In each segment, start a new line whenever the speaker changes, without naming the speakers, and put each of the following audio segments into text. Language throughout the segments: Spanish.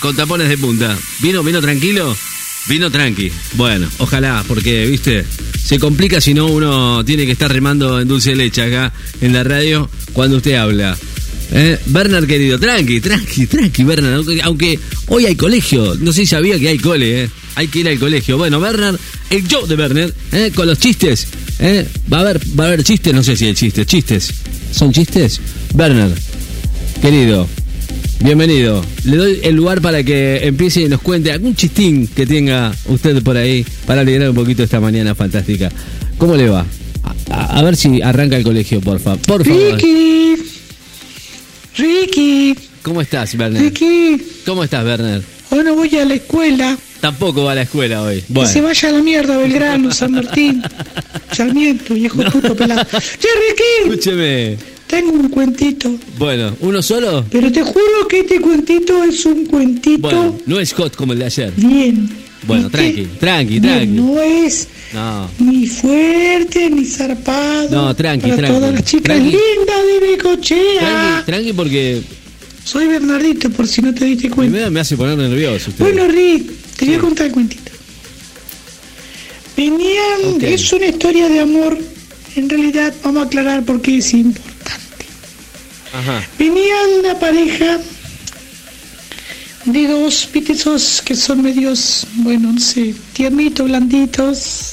con tapones de punta. ¿Vino, vino tranquilo? Vino tranqui. Bueno, ojalá, porque, viste, se complica si no uno tiene que estar remando en dulce de leche acá en la radio cuando usted habla. Eh, Bernard querido, tranqui, tranqui, tranqui, Bernard. Aunque, aunque hoy hay colegio, no sé si sabía que hay cole, eh. hay que ir al colegio. Bueno, Bernard, el show de Bernard, eh, con los chistes. eh. Va, a haber, va a haber chistes, no sé si hay chistes, chistes. ¿Son chistes? Bernard, querido, bienvenido. Le doy el lugar para que empiece y nos cuente algún chistín que tenga usted por ahí para alegrar un poquito esta mañana fantástica. ¿Cómo le va? A, a- a ver si arranca el colegio, porfa. Por favor.
Ricky. Ricky.
¿Cómo estás, Bernard?
Ricky.
¿Cómo estás, Werner?
Hoy no voy a la escuela.
Tampoco va a la escuela hoy.
Que se
Bueno,
vaya a la mierda Belgrano, San Martín. Sarmiento, viejo puto pelado. Che, Ricky.
escúcheme.
Tengo un cuentito.
Bueno, ¿uno solo?
Pero te juro que este cuentito es un cuentito
Bueno, no es hot como el de ayer.
bien.
Bueno, tranqui,
¿viste?
tranqui,
Bien,
tranqui.
No es
No.
ni fuerte ni zarpado.
No, tranqui,
Para
tranqui.
todas las chicas
Tranqui.
lindas de Necochea.
Tranqui, tranqui porque
Soy Bernardito, por si no te diste cuenta.
primero me hace poner nervioso usted.
Bueno, Rick, te voy a contar el cuentito. Venían,
Ok.
es una historia de amor. En realidad, vamos a aclarar por qué es importante.
Ajá.
Venían una pareja de dos pitizos que son medios, bueno, no sé, tiernitos, blanditos,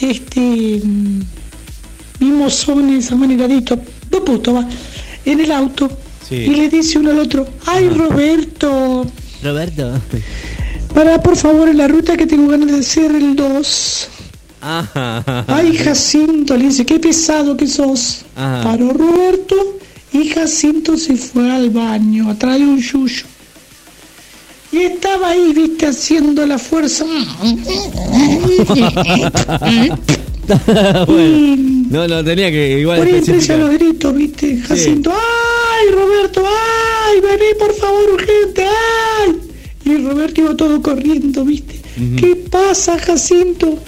este, mm, mimosones, amanegaditos, dos putos, va, en el auto.
Sí.
Y le dice uno al otro, ay Roberto,
Roberto.
Pará, por favor, en la ruta que tengo ganas de hacer el 2.
Ajá.
Ay, Jacinto, le dice, qué pesado que sos.
Ajá.
Paró Roberto y Jacinto se fue al baño, atrás de un yuyo. Y estaba ahí, viste, haciendo la fuerza. Y
No, no, tenía que igual
por ahí empiezan los
especificar.
gritos, viste, Jacinto. ¡Ay, Roberto! ¡Ay, vení, por favor, urgente! ¡Ay! Y Roberto iba todo corriendo, viste. ¿Qué pasa, Jacinto?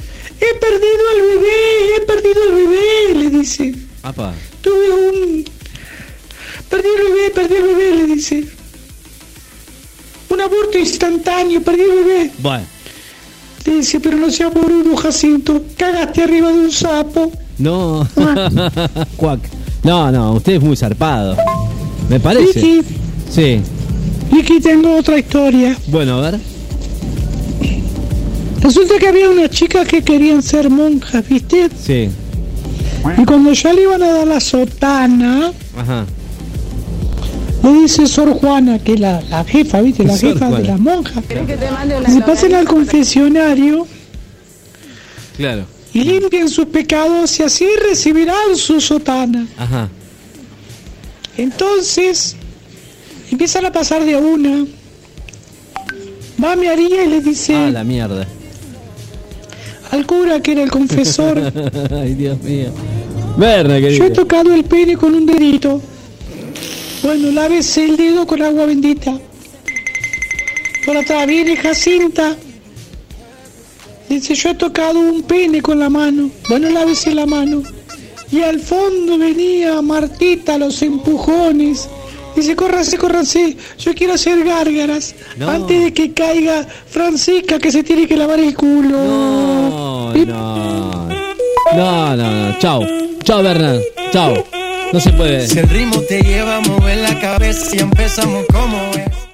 He perdido al bebé, he perdido al bebé, le dice.
Apa.
Tuve un... Perdí el bebé, perdí el bebé, le dice. Un aborto instantáneo, perdí el bebé.
Bueno.
Le dice, pero no seas boludo, Jacinto. Cagaste arriba de un sapo.
No. Cuac. No, no, usted es muy zarpado. Me parece.
Ricky,
Sí.
Ricky, tengo otra historia.
Bueno, a ver.
Resulta que había unas chicas que querían ser monjas, ¿viste?
Sí.
Y cuando ya le iban a dar la sotana,
Ajá.
le dice Sor Juana, que es la, la jefa, ¿viste? La
Sor
jefa de
Juana.
las monjas. Se pasen al confesionario
Claro.
y limpien sus pecados y así recibirán su sotana.
Ajá.
Entonces, empiezan a pasar de a una. Va María y le dice
Ah, la mierda.
al cura, que era el confesor,
Ay, Dios mío. Verne,
Yo he
querido.
tocado el pene con un dedito. Bueno, lávese el dedo con agua bendita. Por atrás viene Jacinta. Dice, yo he tocado un pene con la mano. Bueno, lávese la mano. Y al fondo venía Martita, los empujones. Dice, córrase, córrase. Yo quiero hacer gárgaras.
No.
Antes de que caiga Francisca, que se tiene que lavar el culo.
No, no. No, no, no. Chao. Chao, Bernard. Chao. No se puede.
Si el ritmo te lleva a mover la cabeza y empezamos como es.